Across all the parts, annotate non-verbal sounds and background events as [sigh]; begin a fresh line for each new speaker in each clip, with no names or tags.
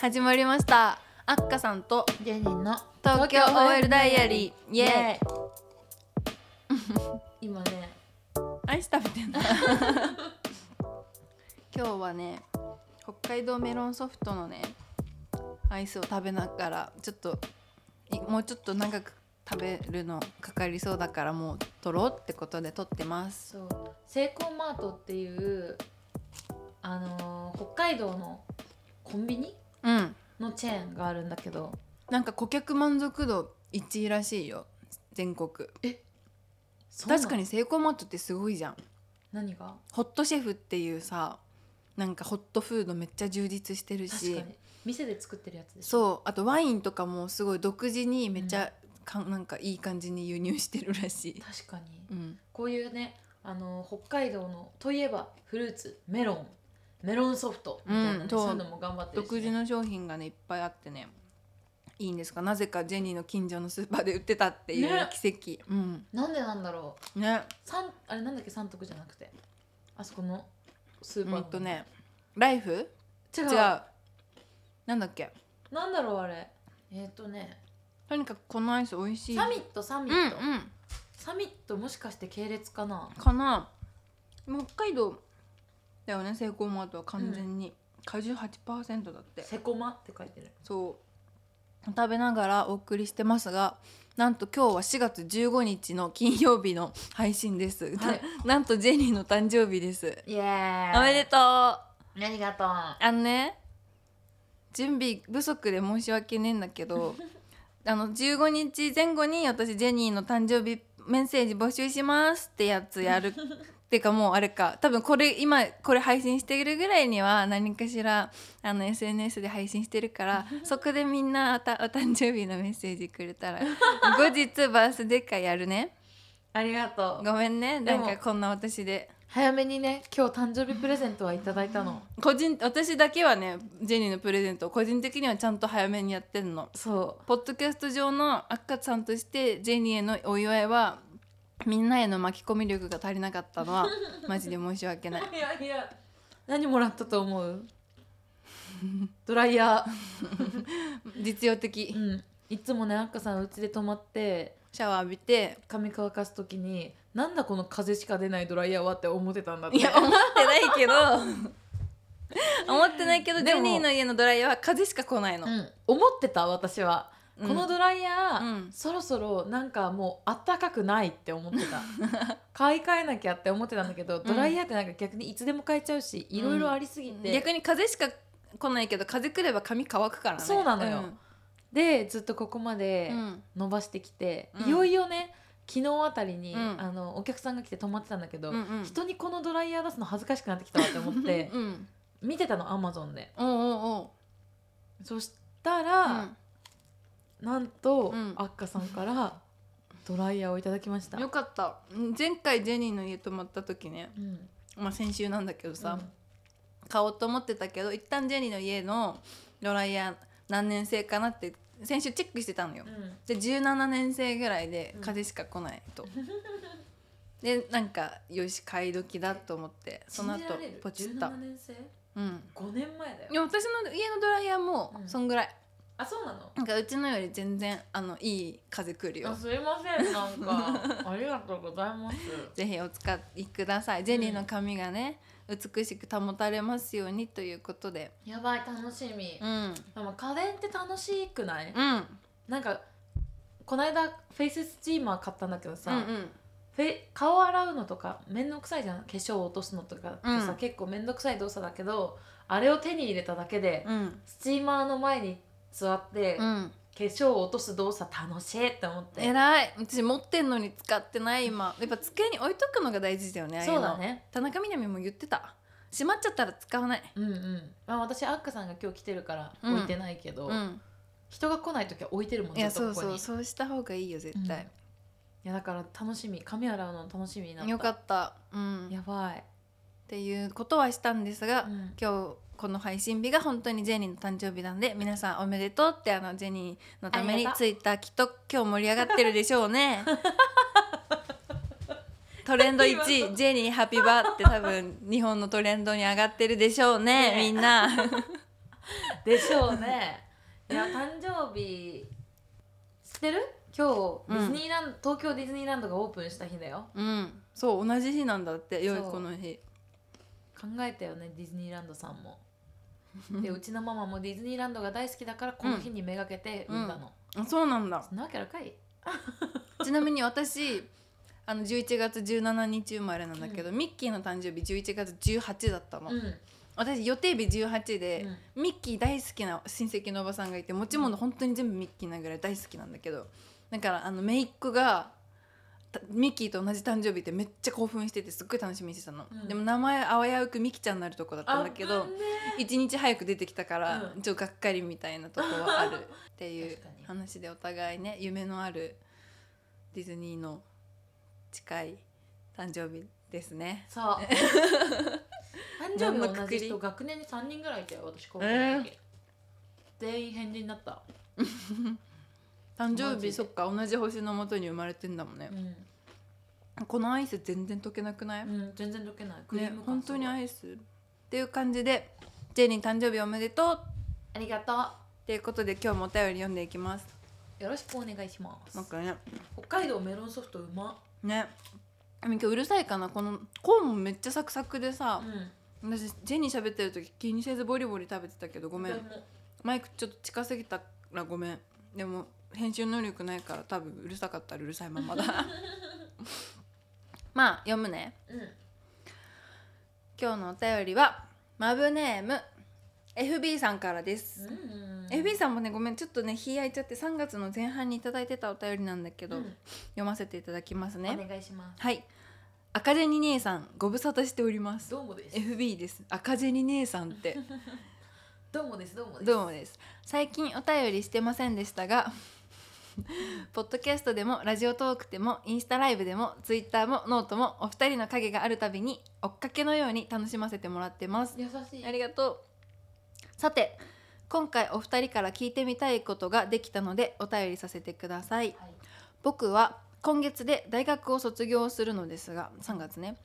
始まりましたあっかさんと
芸人の
東京 OL ダイアリーイエーイ
今ね
アイス食べてんだ [laughs] 今日はね北海道メロンソフトのねアイスを食べながらちょっといもうちょっと長く食べるのかかりそうだからもう取ろうってことで取ってます
そうセイコーマートっていうあのー北海道のコンビニ
うん
のチェーンがあるんだけど
なんか顧客満足度1位らしいよ全国確かにセイコーマットってすごいじゃん
何が
ホットシェフっていうさなんかホットフードめっちゃ充実してる
確
し
かに店で作ってるやつでしょ
そうあとワインとかもすごい独自にめっちゃか、ん、なんかいい感じに輸入してるら
[laughs]
しい、
確かに
うん、
こういうねあのー北海道のといえばフルーツメロンメロンソフトみたいなね、
うんそう
そういうのも頑張ってるし
独
ね、
自の商品がねいっぱいあってねいいんですかなぜかジェニーの近所のスーパーで売ってたっていう
ね
奇跡、
なんでなんだろ
う
う
んね
三あれなんだっけ三徳じゃなくてあそこのスーパー
う
の
んとねライフ
違う
違うなんだっけ
なんだろうあれえっ、とね
とにかくこのアイス美味しい
サミットサミ
う
ッ
ん
ト、
うん
サミットもしかして系列かな
かな北海道だよねセイコーマートは完全に、果汁8%だって
セコマって書いてる
そう食べながらお送りしてますがなんと今日は4月15日の金曜日の配信です、
はい
なんとジェニーの誕生日です
イエーイ
おめで
と
とうあ
うありがとう
のね準備不足で申し訳ねえんだけ
[laughs]
どあの15日前後に私ジェニーの誕生日メッセージ募集しますってやつ
[laughs]
やるっていうかもうあれか多分これ今これ配信してるぐらいには何かしらあの SNS で配信してるから
[laughs]
そこでみんなおたお誕生日のメッセージくれたら後日バースデー会やるね
ありがとう
ごめんね
で
なん
も
かこんな私で
早めにね今日誕生日プレゼントはいただいたの
個人私だけはねジェニーのプレゼントを個人的にはちゃんと早めにやってんの
そ
ポッドキャスト上のあっかさんとしてジェニーへのお祝いはみんなへの巻き込み力が足りなかったの [laughs] はマジで申し訳ない。
ういやいや何もらったと思 [laughs] うドライヤ
実用
ー
的
うんいつもねあっかさんうちで泊まって
シャワー浴びて
髪乾かす時になんだこの風しか出ないドライヤーはって思ってたんだって
いや思ってないけど思ってないけどジェニーの家のドライヤーは風しか来ないの、
うん、思ってた私は、
うん
このドライヤー、
うん
そろそろなんかもうあったかくないって思ってた
[laughs]
買い替えなきゃって思ってたんだけど、ドライヤーってなんか逆にいつでも買えちゃうしいろいろありすぎて、
逆に風しか来ないけど風来れば髪乾くからね
そうなのよでずっとここまで
うんうん
伸ばしてきて、
うん
いよいよね昨日あたりに、
うん
あのお客さんが来て泊まってたんだけど、
うんうん
人にこのドライヤー出すの恥ずかしくなってきたわって思って
うん
[laughs] 見てたのアマゾンで
おうおうおう
そしたら、なんと、
うん
あっかさんからドライヤーをいただきました
うん、よかったうん前回ジェニーの家泊まった時ね、
うん
まあ、先週なんだけどさ、
うん
買おうと思ってたけど一旦ジェニーの家のドライヤー何年生かなって先週チェックしてたのよ、
うん
で17年生ぐらいで
うん
風しか来ないと、でなんかよし買い時だと思ってその後
信じられる
ポチった
17年生
うん
5年前
い
だよ
や私の家のドライヤーも
うん
そんぐらい、
あそうなの
なんかうちのより全然あのいい風来るよ
あすいませんな
[laughs]
んかありがとうございます
ぜひお使いくださいジェニーの髪がね、美しく保たれますようにということで
やばい楽しみ
うん
でも家電って楽しくな
う
い、
ん
なんかこないだフェイススチーマー買ったんだけどさ、
うんうん
フェイ顔洗うのとか面倒くさいじゃん化粧を落とすのとかってさ、
うん
結構面倒くさい動作だけどあれを手に入れただけで、
うん
スチーマーの前に座って、
う
化
ん
粧を落とす動作楽しいって思って
えらい私持ってんのに使ってない今やっぱ机に置いとくのが大事だよねああい
そう
の
だね
田中みな実も言ってた閉まっちゃったら使わない
うんうん、まあ、私アッカさんが今日来てるから
うん
置いてないけど、
うん
人が来ない時は置いてるもん
いや
ずっ
そ
と
う
ここに
そうそうした方がいいよ絶対、
うんいやだから楽しみ髪洗うの楽しみになった
よかった、うん、っ
やばい、
ていうことはしたんですが、
うん
今日この配信日が本当にジェニーの誕生日なんで皆さんおめでとうってあのジェニーのため
あり
に
がとう
ツイッターきっと今日盛り上がってるでしょうねトレンド1
今の
位ジェニーハピ [laughs] バって多分日本のトレンドに上がってるでしょうね
ね
みんな
でしょうね
[laughs]
いや誕生日知ってる今日ディズニーランド、東京ディズニーランドがオープンした日だよ
うんそう同じ日なんだってよい
そう
この日
考えたよねディズニーランドさん
[laughs]
もでうちのママもディズニーランドが大好きだからこの日にめがけて産んだの、
あそうなんだ
そんなわけあるかい
ちなみに私あの11月17日生まれなんだけど、ミッキーの誕生日11月18だったの、
うん、
私予定日18で、
うん
ミッキー大好きな親戚のおばさんがいて持ち物本当に全部ミッキーなぐらい大好きなんだけどだからあの姪っ子がたミッキーと同じ誕生日ってめっちゃ興奮しててすっごい楽しみにしてたの、
うん
でも名前あわやうくミキちゃんになるとこだったんだけど
危ね
一日早く出てきたから、
うん
ちょっとがっかりみたいなとこはあるっていう
[laughs] 確かに
話でお互いね夢のあるディズニーの近い誕生日ですね。 [laughs]
そう誕生日も同じ人
何の
学年に3人ぐらいいたよ私高校の時、全員変人になった、
誕生
マジ
日
で
そっか同じ星のもとに生まれてんだもんね
う、ん
このアイス全然溶けなくない、
うん、全然溶けないクリー
ね
ム感
本当にアイスっていう感じでジェリー誕生日おめでとう
ありがと
っていうことで今日もお便り読んでいきます
うよろしくお願いします
なんかね
北海道メロンソフトうま
ねでも今日うるさいかなこのコーンもめっちゃサクサクでさ、
うん
私ジェニー喋ってる時気にせずボリボリ食べてたけどごめ
で
ん
も
マイクちょっと近すぎたらごめんでも編集能力ないから多分うるさかったらうるさいま
[laughs]
まだまあ読むね
う
今日のお便りはマブネーム FB さんからです、
んうん
FB さんもねごめんちょっとね日焼いちゃって3月の前半にいただいてたお便りなんだけど、
うん
読ませていただきます
お
ね
願いします
はい赤ジェニ姉さんご無沙汰しております
どうもです
FB です赤ジェニ姉さんっ
[laughs]
て
どうもですどうもです
どうもです最近お便りしてませんでしたが [laughs] ポッドキャストでもラジオトークでもインスタライブでもツイッターもノートもお二人の影があるたびに追っかけのように楽しませてもらってます
優しい
ありがとうさて今回お二人から聞いてみたいことができたのでお便りさせてください
はい
僕は今月で大学を卒業するのですが3月ね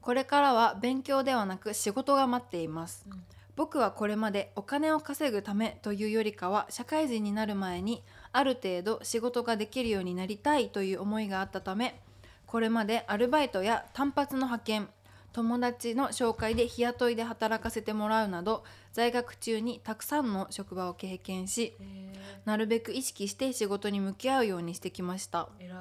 これからは勉強ではなく仕事が待っています
うん
僕はこれまでお金を稼ぐためというよりかは社会人になる前にある程度仕事ができるようになりたいという思いがあったためこれまでアルバイトや単発の派遣友達の紹介で日雇いで働かせてもらうなど在学中にたくさんの職場を経験し
え
なるべく意識して仕事に向き合うようにしてきました。
ー偉い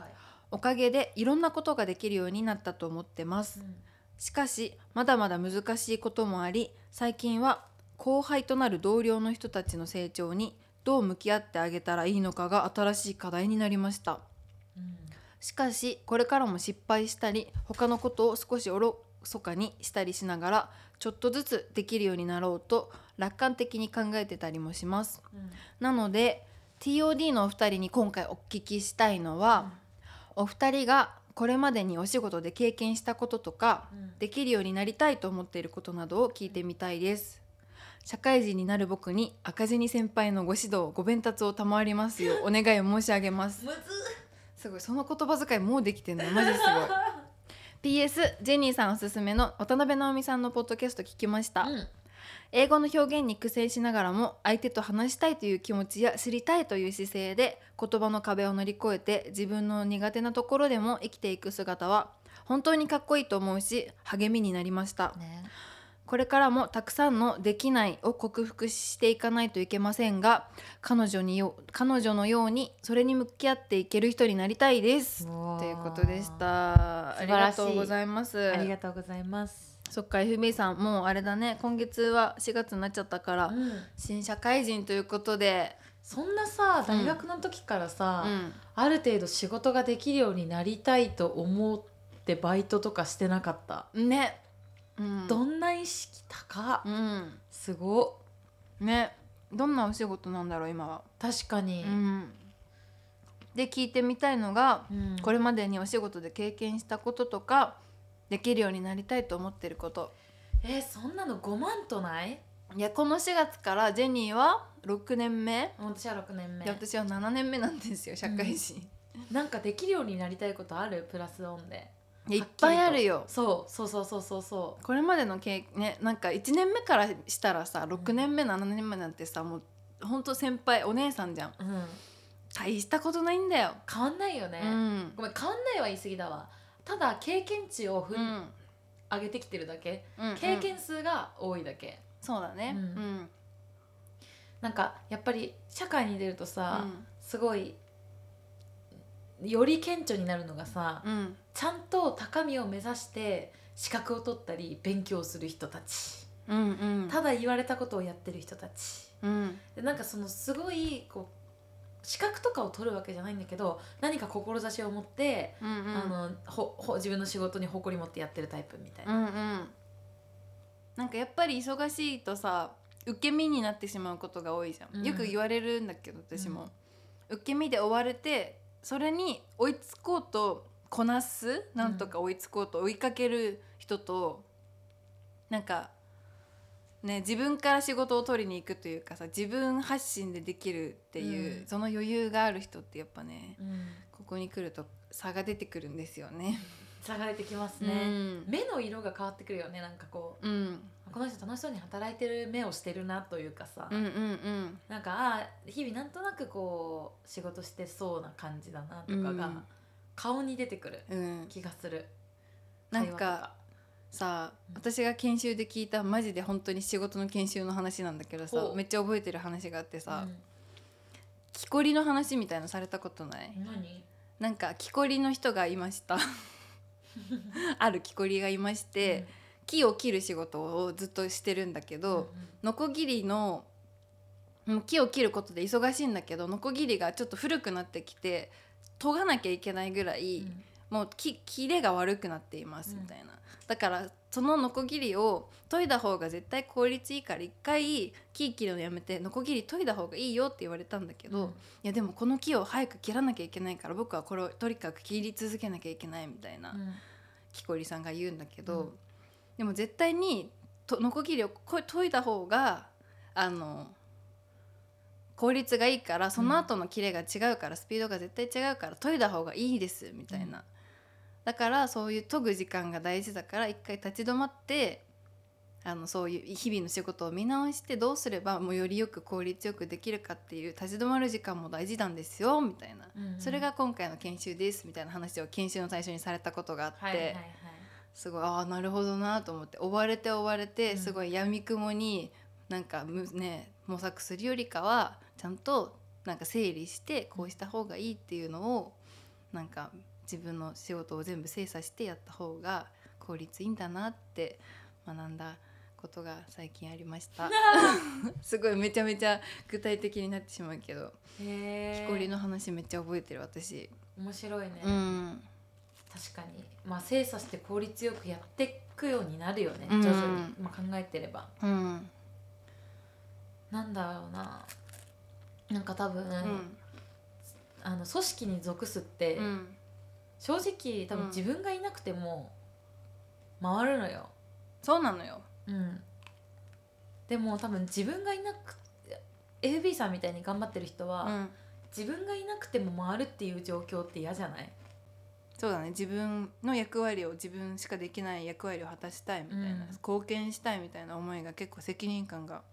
おかげでいろんなことができるようになったと思ってます
うん
しかしまだまだ難しいこともあり最近は後輩となる同僚の人たちの成長にどう向き合ってあげたらいいのかが新しい課題になりました
うん
しかしこれからも失敗したり他のことを少しおろそかにしたりしながらちょっとずつできるようになろうと楽観的に考えてたりもします
うん
なので TOD のお二人に今回お聞きしたいのは、お二人がこれまでにお仕事で経験したこととか
うん
できるようになりたいと思っていることなどを聞いてみたいです社会人になる僕に赤字に先輩のご指導ご鞭達を賜りますようお願いを申し上げます
むずっ
すごいその言葉遣いもうできてんのマジすごい PS ジェニーさんおすすめの渡辺直美さんのポッドキャスト聞きました、
うん
英語の表現に苦戦しながらも相手と話したいという気持ちや知りたいという姿勢で言葉の壁を乗り越えて自分の苦手なところでも生きていく姿は本当にかっこいいと思うし励みになりました
ね
これからもたくさんの「できない」を克服していかないといけませんが彼女によ彼女のようにそれに向き合っていける人になりたいですということでしたあ
素
り
晴ら
が
しい
とうございます
ありがとうございます
そっか FB さんもうあれだね今月は4月になっちゃったから、
うん
新社会人ということで、
そんなさ大学の時から
う
さ、
ん、
ある程度仕事ができるようになりたいと思ってバイトとかしてなかった、
ね、うん、
どんな意識高っ、
うん、
すごっ
ねどんなお仕事なんだろう今は、
確かに
う、ん、で聞いてみたいのが、
うん
これまでにお仕事で経験したこととかできるようになりたいと思ってること
えーそんなの5万とない
いやこの4月からジェニーは6年目
私は6年目
で私は7年目なんですよ社会人、
なんかできるようになりたいことあるプラスオンで
いやいっぱいあるよ
そうそうそうそうそうそ
これまでの経ねなんか1年目からしたらさ6年目7年目なんてさもうほんと先輩お姉さんじゃん
う、うん、
大したことないんだよ、
変わんないよね、
うん
ごめん変わんないは言い過ぎだわただ経験値をふ、
うん
上げてきてるだけ
うん
経験数が多いだけ、
そうだね
う
うんん
なんかやっぱり社会に出るとさ、
うん
すごいより顕著になるのがさ、
うん
ちゃんと高みを目指して資格を取ったり勉強する人たち
うんうん
ただ言われたことをやってる人たち
うん
でなんかそのすごいこう資格とかを取るわけじゃないんだけど何か志を持って、
うんうん
あのほほ自分の仕事に誇り持ってやってるタイプみたいうな、
んうんなんかやっぱり忙しいとさ受け身になってしまうことが多いじゃん、
うん
よく言われるんだけど私も、受け身で追われてそれに追いつこうとこなすなんとか追いつこうと追いかける人と、なんかね自分から仕事を取りに行くというかさ自分発信でできるっていう、
うん
その余裕がある人ってやっぱね
うん
ここに来ると差が出てくるんですよね。
下がれてきま
[laughs]
す
う
ね、
ん
目の色が変わってくるよねなんかこ
うん
うこの人楽しそうに働いてる目をしてるなというかさ、
うんうんうん
なんかああ日々なんとなくこう仕事してそうな感じだなとか
う
が
ん
顔に出てくる
うん、
気がする、
なん
会話と
かさ
うん
私が研修で聞いたマジで本当に仕事の研修の話なんだけど
ほ
さ
う
めっちゃ覚えてる話があってさ、
うん
木こりの話みたいのされたことない、
何
なんか木こりの人がいました
[laughs]
ある木こりがいまして、木を切る仕事をずっとしてるんだけ
うん
ど、ノコギリのうん木を切ることで忙しいんだけどノコギリがちょっと古くなってきて研がなきゃいけないぐらい、
うん
もうき切れが悪くなっています
うん
みたいな、だからそのノコギリを研いだ方が絶対効率いいから一回木切るのやめてノコギリ研いだ方がいいよって言われたんだけど、
うん
いやでもこの木を早く切らなきゃいけないから僕はこれをとにかく切り続けなきゃいけないみたいな、
うん
木こりさんが言うんだけど、
うん
でも絶対にとノコギリをこ研いだ方があの効率がいいからその後の切れが違うから、スピードが絶対違うから研いだ方がいいですみたいな、だからそういう研ぐ時間が大事だから一回立ち止まってあのそういう日々の仕事を見直してどうすればもうよりよく効率よくできるかっていう立ち止まる時間も大事なんですよみたいな、
うんうん
それが今回の研修ですみたいな話を研修の最初にされたことがあって、
はいはいはい
すごいああなるほどなと思って追われて追われ
う
て
ん
すごいやみくもになんかむ、ね、模索するよりかはちゃんとなんか整理してこうした方がいいっていうのをなんか自分の仕事を全部精査してやった方が効率いいんだなって学んだことが最近ありま
[laughs]
した。すごいめちゃめちゃ具体的になってしまうけど、
へー
木こりの話めっちゃ覚えてる私。
面白いね、
うん、
確かにまあ精査して効率よくやっていくようになるよね
うん
徐々に、まあ、考えてれば
うん、
なんだろうななんか多分、
うん、
あの組織に属すって、
うん、
正直多
う
分
ん
自分がいなくても回るのよ、
そうなのよ。
うん、でも多分自分がいなく FB さんみたいに頑張ってる人は、
うん
自分がいなくても回るっていう状況って嫌じゃない、
そうだね自分の役割を自分しかできない役割を果たしたいみたいな、
うん
貢献したいみたいな思いが結構責任感が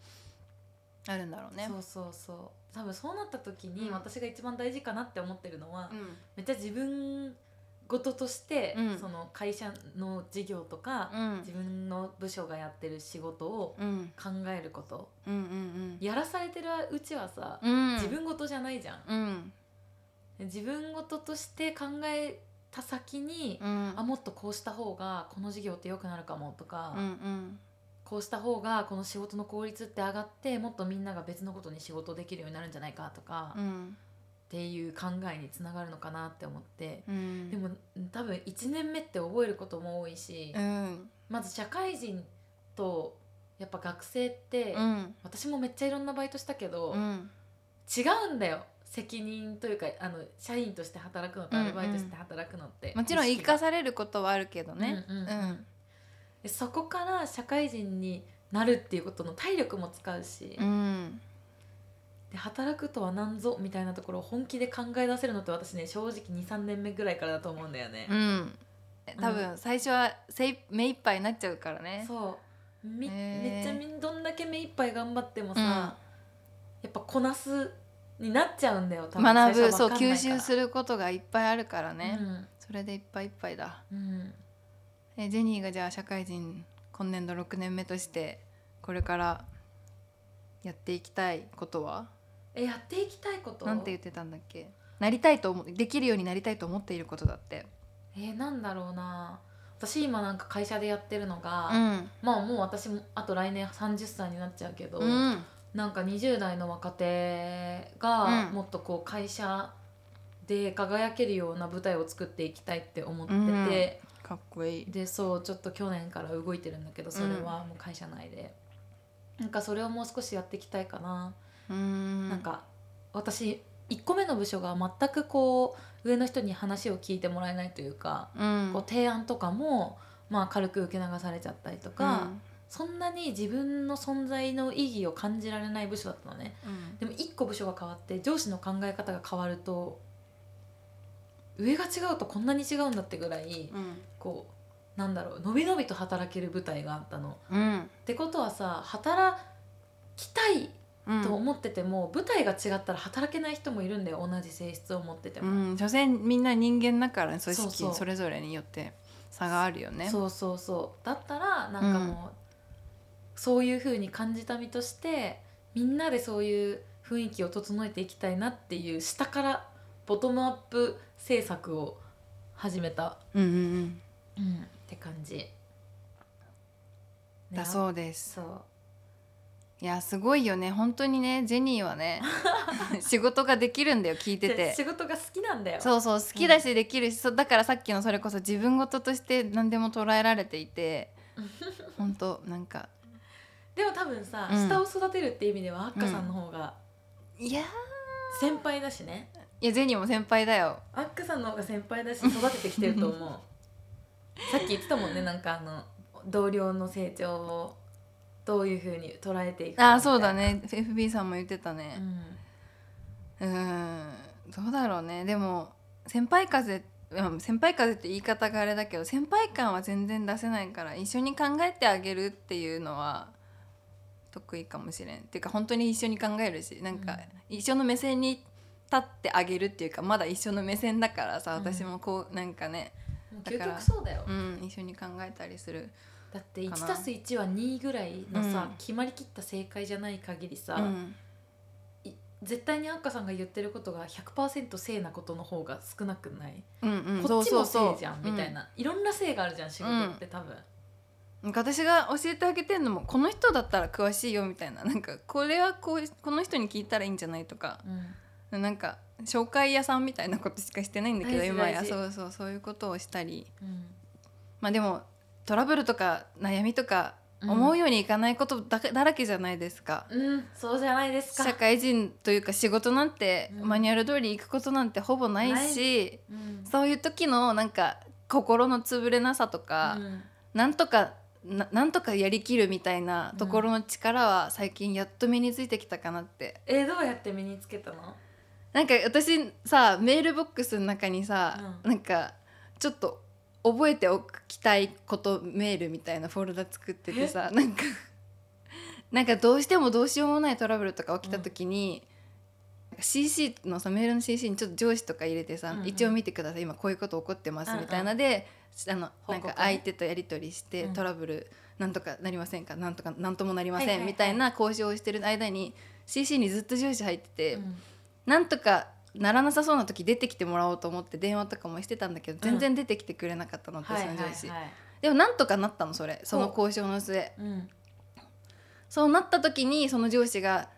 あるんだろうね。
そうそうそう多分そうなった時に
うん
私が一番大事かなって思ってるのは、
うん
めっちゃ自分ごととして、
うん
その会社の事業とか、
うん
自分の部署がやってる仕事を
うん
考えること
うんうん
やらされてるうちはさ、
うん
自分ごとじゃないじゃん、
うん
自分ごととして考えた先に、
うん
あもっとこうした方がこの事業って良くなるかもとか、
うんうん
こうした方がこの仕事の効率って上がってもっとみんなが別のことに仕事できるようになるんじゃないかとか、
う
っ
ん
ていう考えにつながるのかなって思って、
うん
でも多分1年目って覚えることも多いし、
うん
まず社会人とやっぱ学生って、
うん
私もめっちゃいろんなバイトしたけど、
うん
違うんだよ責任というかあの社員として働くのとアルバイトして働くのって、
もちろん生か
か
されることはあるけどね。
うんうん
う
うん
ん
でそこから社会人になるっていうことの体力も使うし、
うん
で働くとは何ぞみたいなところを本気で考え出せるのって私ね正直23年目ぐらいからだと思うんだよね、
うん多分最初は精い目いっぱいになっちゃうからね
そうみ、
へー
めっちゃみんどんだけ目いっぱい頑張ってもさ、やっぱこなすになっちゃうんだよ多分
学
最
ぶ
初
そ
は
う
分かんな
吸
いから
収することがいっぱいあるからね、
うん
それでいっぱいいっぱいだ
うん
えジェニーがじゃあ社会人今年度6年目としてこれからやっていきたいことは
えやっていきたいこと
なんて言ってたんだっけなりたいと思できるようになりたいと思っていることだって
えーなんだろうな私今なんか会社でやってるのが、
うん
まあもう私もあと来年30歳になっちゃうけど、
うん
なんか20代の若手が
うん
もっとこう会社で輝けるような舞台を作っていきたいって思って
うん
て、
かっこいい
でそうちょっと去年から動いてるんだけどそれはもう会社内で、なんかそれをもう少しやっていきたいかな、
うん
なんか私1個目の部署が全くこう上の人に話を聞いてもらえないというか、
うん
こう提案とかもまあ軽く受け流されちゃったりとか、そんなに自分の存在の意義を感じられない部署だったのね
うん
でも一個部署が変わって上司の考え方が変わると上が違うとこんなに違うんだってぐらい
うん
こうなんだろうのびのびと働ける舞台があったの。
うん
ってことはさ働きたい
うん
と思ってても、舞台が違ったら働けない人もいるんだよ同じ性質を持ってて
う
も。
ん所詮みんな人間だからね組
そうそ
織
う
それぞれによって差があるよね
そうそうそうだったらなんかもう、そういう風に感じた身としてみんなでそういう雰囲気を整えていきたいなっていう下からボトムアップ制作を始めた、
うんうんうん
って感じ、ね
だ
あ
そうです
そう
いやすごいよね本当にねジェニーは
[laughs]
ね仕事ができるんだよ聞いて
で
て
仕事が好きなんだよ
そうそう好きだしできるし、そうだからさっきのそれこそ自分事として何でも捉えられてい
[laughs]
て本当なんか
でも多分さ、
うん
下を育てるって意味ではアッカさんの方が
いやー
先輩だしね、
いやジェニーも先輩だよ
アッカさんの方が先輩だし育ててきてると思う
[laughs]
さっき言ってたもんねなんかあの同僚の成長をどういうふうに捉えていくか
あー
みたい
そうだ
な、
ね FB さんも言ってたね、
うん
うーんどうだろうねでも先輩風うん先輩風って言い方があれだけど先輩感は全然出せないから一緒に考えてあげるっていうのは得意かもしれんっていうか本当に一緒に考えるしなん
う
か
ん
一緒の目線に立ってあげるっていうかまだ一緒の目線だからさ
うん
私もこうなんかね、
もう
だから
究極そうだよ
うん、一緒に考えたりする、
だって
かな
1+1 は2ぐらいのさ、
うん
決まりきった正解じゃない限りさ、
うん、
い絶対にアッカさんが言ってることが100%正なことの方が少なくない、
うんうん
こっち
そ
も
うそうそ
正
う
じゃんみたいな、いろんな正があるじゃん仕事って多分、
なんか私が教えてあげてんのもこの人だったら詳しいよみたいななんかこれはこうこの人に聞いたらいいんじゃないとか
うん
なんか紹介屋さんみたいなことしかしてないんだけど
大事
今や
大事
そうそうそういうことをしたり
うん
まあでもトラブルとか悩みとか
うん
思うようにいかないことだ,、だらけじゃないですか。
うん、そうじゃないですか
社会人というか仕事なんて
うん
マニュアル通り行くことなんてほぼないし、
うん
そういう時のなんか心の潰れなさとか、
うん
なんとかななんとかやりきるみたいなところの力は最近やっと身についてきたかなって、
えーどうやって身につけたの
なんか私さメールボックスの中にさ、
う
なんかちょっと覚えておきたいことメールみたいなフォルダ作っててさなんかなんかどうしてもどうしようもないトラブルとか起きた時に、CC のさメールの CC にちょっと上司とか入れてさ、
うんうん
一応見てください今こういうこと起こってますみたいなで、あの
報
な
告
ん
ね
か相手とやり取りして、
うん
トラブルなんとかなりませんかなんとかなんともなりません、
はいはいはい
みたいな交渉をしてる間に CC にずっと上司入ってて、
うん
なんとかならなさそうな時出てきてもらおうと思って電話とかもしてたんだけど全然出てきてくれなかったの、私の上司、
はい
でもなんとかなったのそれその交渉の末
うん
そうなった時にその上司が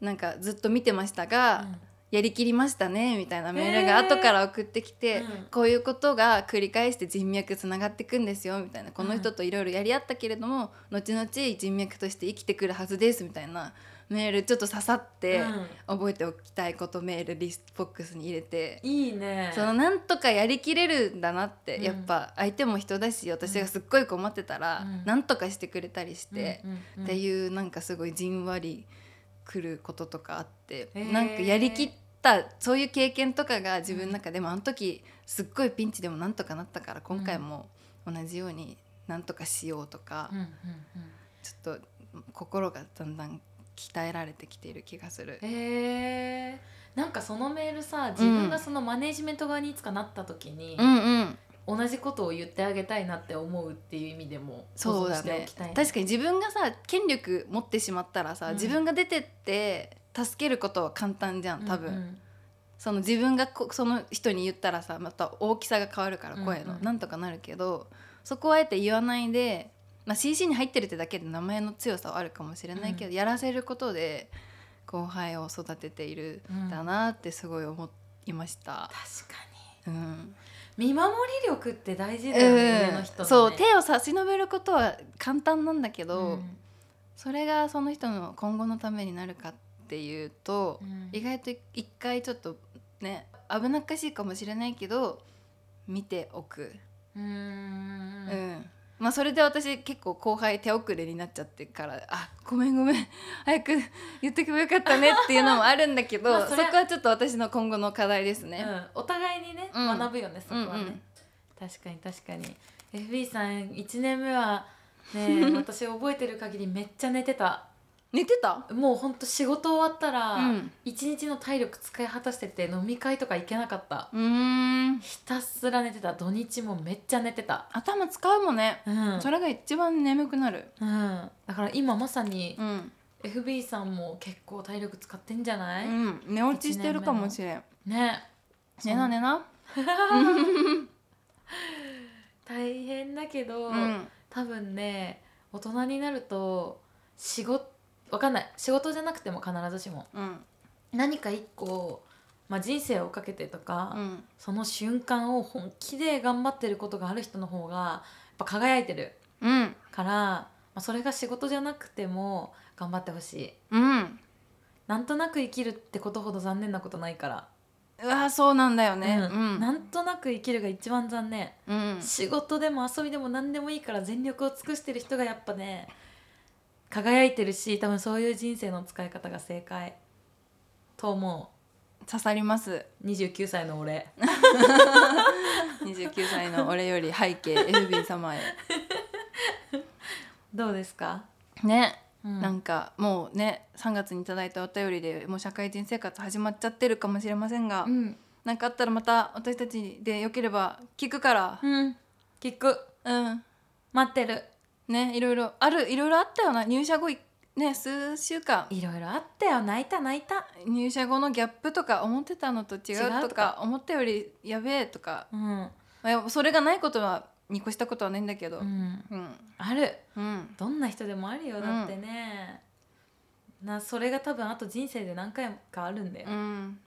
なんかずっと見てましたが、やりきりましたねみたいなメールが
へー
後から送ってきて、
うん
こういうことが繰り返して人脈つながっていくんですよみたいなこの人といろいろやり合ったけれども、後々人脈として生きてくるはずですみたいなメールちょっと刺さって、
うん
覚えておきたいことメールリストボックスに入れて。
いいね
そのなんとかやりきれるんだなって、
うん
やっぱ相手も人だし私がすっごい困ってたら、
うん
なんとかしてくれたりして、
うんうんうん
っていうなんかすごいじんわりくることとかあって、
へー
なんかやりきったたそういう経験とかが自分の中でもあの時すっごいピンチでもなんとかなったから今回も同じようになんとかしようとか、
うんうんうん、
ちょっと心がだんだん鍛えられてきている気がする。
えー、なんかそのメールさ自分がそのマネジメント側にいつかなった時に、
うんうん、
同じことを言ってあげたいなって思うっていう意味でも
そ
想
う
像
だ
してお
ね
きたい、
確かに自分がさ権力持ってしまったらさ、
うん
自分が出てって助けることは簡単じゃん多分、
うんうん
その自分がこその人に言ったらさまた大きさが変わるから声の、
うんうん
なんとかなるけどそこはあえて言わないで、まあ、CC に入ってるってだけで名前の強さはあるかもしれないけど、やらせることで後輩を育てているんだなってすごい思いました。
確か
うん
に見守り力って大事だよね、上の人の、
うん、そう
ね、
手を差し伸べることは簡単なんだけど、
うん
それがその人の今後のためになるかっていうと
う、ん
意外と一回ちょっとね危なっかしいかもしれないけど見ておく、
うー
うんんまあ、それで私結構後輩手遅れになっちゃってから「あごめんごめん早く [laughs] 言っとけばよかったね」っていうのもあるんだけど
[laughs] まあ
そ
そりゃ
こはちょっと私の今後の課題です
う
ね。
ん、お互いにね、
うん
学ぶよねそこ
うん
は
う
ね、
ん
確かに確かに FB さん1年目は
[laughs]
ね私覚えてる限りめっちゃ寝てた
寝てた、
もうほんと仕事終わったら、
うん、
一日の体力使い果たしてて飲み会とか行けなかった
うーん
ひたすら寝てた土日もめっちゃ寝てた
頭使うもんね、
うん、
それが一番眠くなる。
うん、だから今まさに
うん
FB さんも結構体力使ってんじゃない、
うん、寝落ちしてるかもしれん。
ね
寝な寝な。
大変だけど、
うん。
多分ね大人になると仕事わかんない仕事じゃなくても必ずしも
うん。
何か一個、まあ、人生をかけてとか、
うん。
その瞬間を本気で頑張ってることがある人の方がやっぱ輝いてる
うん。
から、まあ、それが仕事じゃなくても頑張ってほしい
うん。
なんとなく生きるってことほど残念なことないから、
うわ、そうなんだよね。
う
うん。
なんんとなく生きるが一番残念、
うん。
仕事でも遊びでも何でもいいから全力を尽くしてる人がやっぱね輝いてるし多分そういう人生の使い方が正解と思
刺さります。
う29歳の俺
[laughs] 二十九歳の俺より背 [laughs] 景 FB 様へ。
どうですか、
ね。
うん
なんかもうね3月にいただいたお便りでもう社会人生活始まっちゃってるかもしれませんが、
うん
なんかあったらまた私たちでよければ聞くから
うん聞く
うん
待ってる
ねいろいろあるいろいろあったよな入社後いね数週間
いろいろあったよ泣いた泣いた
入社後のギャップとか思ってたのと違
違う
う
とか
とか思ったよりやべえとか、
うん、
まあやっぱそれがないことは見越したことはないんだけど
う
うん
ん、
うん
ある
うん
どんな人でもあるよ
うん
だってね、なそれが多分あと人生で何回かあるんだよ、
うん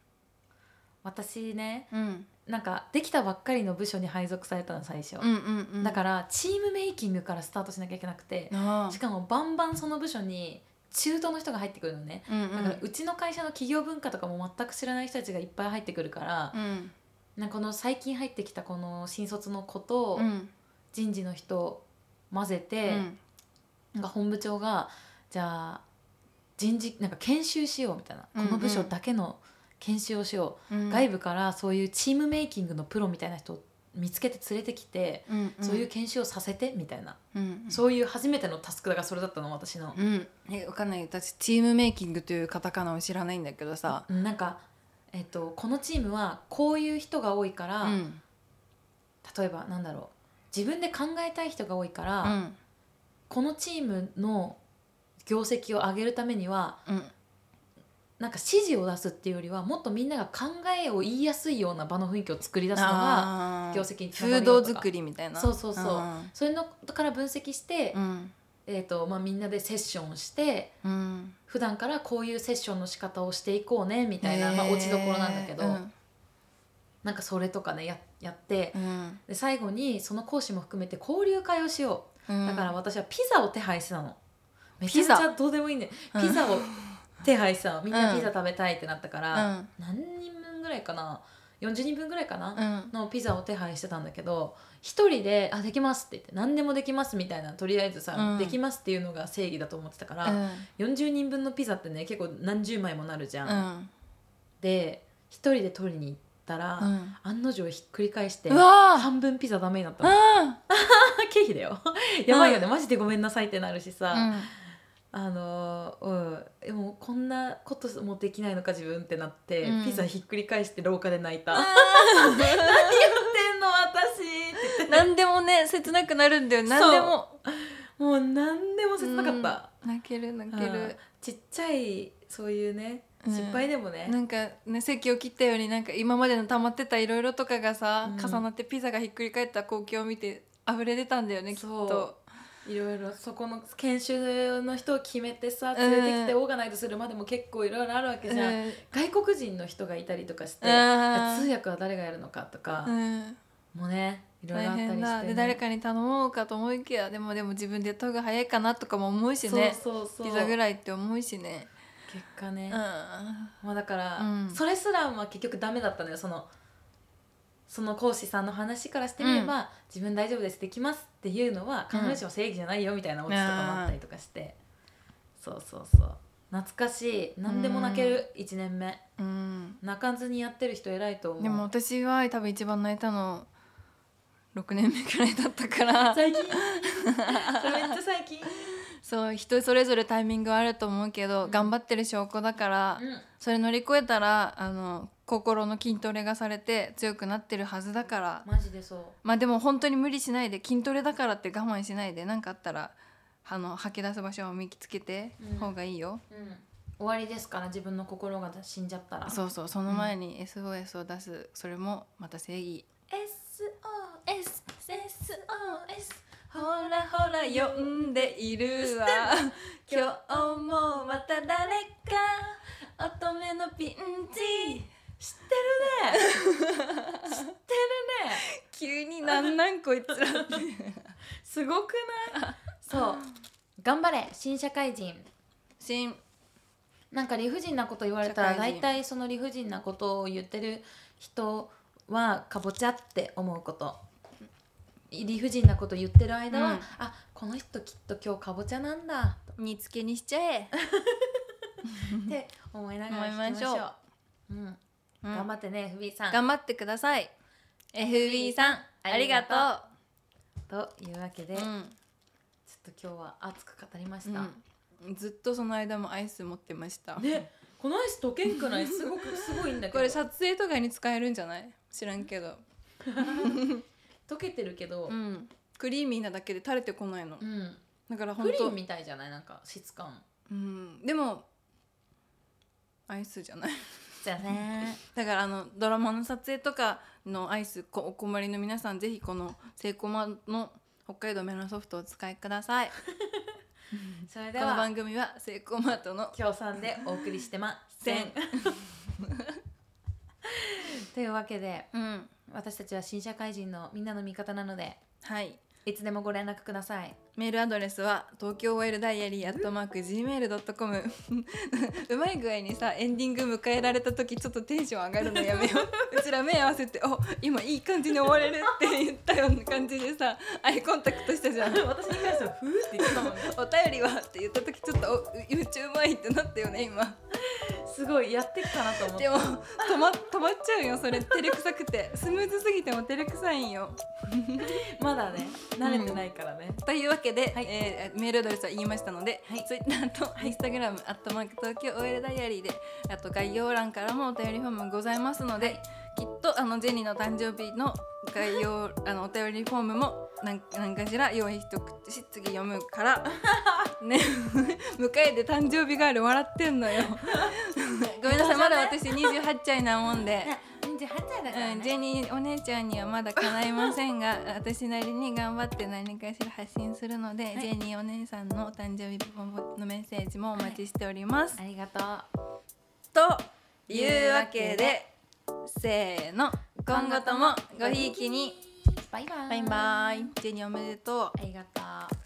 私ね
うん
なんかできたばっかりの部署に配属されたの最初、
うんうん
だからチームメイキングからスタートしなきゃいけなくて、
なあ
しかもバンバンその部署に中東の人が入ってくるのね、
うんうん
だからうちの会社の企業文化とかも全く知らない人たちがいっぱい入ってくるから
う、ん
なんかこの最近入ってきたこの新卒の子と
うん
人事の人を混ぜ
う
て、
ん
なんか本部長がじゃあ人事なんか研修しようみたいな、
うんうん
この部署だけの研修をしよう、
うん
外部からそういうチームメイキングのプロみたいな人を見つけて連れてきて、
うん
そういう研修をさせてみたいな、
うん
そういう初めてのタスクがそれだったの私の、
うんえわかんない私チームメイキングというカタカナを知らないんだけどさ
うんなんか、えっとこのチームはこういう人が多いから、
うん
例えばなんだろう自分で考えたい人が多いから、
うん
このチームの業績を上げるためには
うん
なんか指示を出すっていうよりはもっとみんなが考えを言いやすいような場の雰囲気を作り出すのが
あー
業績につなが
風
るよ
土
とか
作りみたいな
そうそうそう
うん
そういうのから分析して、
うん
えーとまあ、みんなでセッションをして
うん
普段からこういうセッションの仕方をしていこうねみたいな、まあ、落ちどころなんだけど、
うん
なんかそれとかねややって
うん
で最後にその講師も含めて交流会をしよ
う
う、
ん
だから私はピザを手配してたのめちゃめち
ピ
ゃどうでもいいねピザを手配したのみんな
うん
ピザ食べたいってなったから、
うん
何人分ぐらいかな40人分ぐらいかな、
うん
のピザを手配してたんだけど一人で「あできます」って言って「何でもできます」みたいなとりあえずさ、
うん
できます」っていうのが正義だと思ってたか
う
ら、
ん
40人分のピザってね結構何十枚もなるじゃん。
うん
で一人で取りに行ったら、
うん
案の定ひっくり返して
うわー
半分ピザダメになったの
あ
[laughs] 経費だよやばいよね、マジでごめんなさいってなるしさ、
ー
あのーうんでもこんなこともできないのか自分ってなって、
うん
ピザひっくり返して廊下で泣いた、
あ
何言ってんの私って
ー何でもね切なくなるんだよ
そう
何でも
もう何でも切なかった、
泣ける泣け
うん
る
ちっちゃいそういうね
うん
失敗でもね、
なんかね席を切ったよりなんか今までの溜まってたいろいろとかがさ、
うん
重なってピザがひっくり返った光景を見て溢れ出たんだよねきっと
いろいろそこの研修の人を決めてさ連れてきて
うん
オーガナイズするまでも結構いろいろあるわけ
う
じゃん、
ん
外国人の人がいたりとかして、
うん
通訳は誰がやるのかとか、
うん
もうねいろい
大
ろあったりして、
変
ね、
だで誰かに頼もうかと思いきやでもでも自分でやった方が早いかなとかも思うしね
そうそうそう
ピザぐらいって思うしね
結果ね、
うん
まあだから、
うん
それすらまあ結局ダメだったのよそのその講師さんの話からしてみれば、自分大丈夫ですできますっていうのは
うん
必ずしも正義じゃないよみたいなオチとかもあったりとかして、そうそうそう懐かしい何でも泣ける1年目
うん
泣かずにやってる人偉いと思う
でも私は多分一番泣いたの6年目くらいだった
[laughs]
から
最近それめっちゃ最近、
そう人それぞれタイミングはあると思うけど、
うん
頑張ってる証拠だから、
うん
それ乗り越えたらあの心の筋トレがされて強くなってるはずだから
マジでそう
まあでも本当に無理しないで筋トレだからって我慢しないで何かあったらあの吐き出す場所を見つけて
うん
方がいいよ、
うん、終わりですから自分の心が死んじゃったら
そうそうその前に SOS を出すそれもまた正義
SOS SOS
ほらほら呼んでいるわ
今日もまた誰か乙女のピン [laughs] チ知ってるね知ってるね
[laughs] 急になんなんこいつらって
すごくない [laughs] そう頑張れ新社会人
しん
なんか理不尽なこと言われたら
社会
大
人
体その理不尽なことを言ってる人はかぼちゃって思うこと理不尽なこと言ってる間は、
うん
あこの人きっと今日かぼちゃなんだ
煮つけにしちゃえ、
って思いなが
思
ら
い
聞
ま
き
し
ま
ょ
し
う
ょう。うん、
うん
頑張ってね FB さん。
頑張ってください FB さんありがとう
というわけで、ちょ
うん
っと今日は熱く語りました。
うんずっとその間もアイス持ってました、
ねこのアイス溶けんくないすごくすごいんだ
これ撮影とかに使えるんじゃない知らんけど、
溶けてるけ
う
ど、
ん、クリーミーなだけで垂れてこないの
うん、
だから本
プリ
当
ンみたいじゃないなんか質感。
うんでもアイスじゃない [laughs]
じゃね。
だからあのドラマの撮影とかのアイスこお困りの皆さんぜひこのセイコマの北海道メロンソフトをお使いください
それ
こ
で
の
は
番組はセイコーマートの
協賛でお送りしてません。というわけで
うん
私たちは新社会人のみんなの味方なので
はい
いつでもご連絡ください。
メールアドレスは東京 OL ダイアリーアットマーク Gmail.com [laughs] うまい具合にさエンディング迎えられた時ちょっとテンション上がるのやめよううちら目合わせて「お今いい感じに終われる」って言ったような感じでさアイコンタクトしたじゃん。
私に関してはふーって言ってたもんね。
お便りはって言った時ちょっとおううちうまいってなったよね今
すごいやってきたなと思って
でも止ま止まっちゃうよそれ照れくさくてスムーズすぎても照れくさいんよ
まだね慣れてないからね、
というわけで、
はい
えーメールアドレスは言いましたので、ツイッターとインスタグラム、アットマーク東京 OL ダイアリーであと概要欄からもお便りフォームございますので、きっとあのジェニーの誕生日の概要 [laughs] あのお便りフォームも何何かしら用意しておくし次読むから [laughs] ね迎えて誕生日ガール笑ってんのよ [laughs] ごめんなさいまだ私28歳なもん [laughs] で。
うん、じゃあ8歳だ
うん、ジェニーお姉ちゃんにはまだ叶いません [laughs] が私なりに頑張って何かしら発信するので、
い
ジェニーお姉さんのお誕生日のメッセージもお待ちしております。
ありがとう
というわけでせーの今後ともごひいきに
バイバイ
バイバイジェニーおめでとう。
ありがとう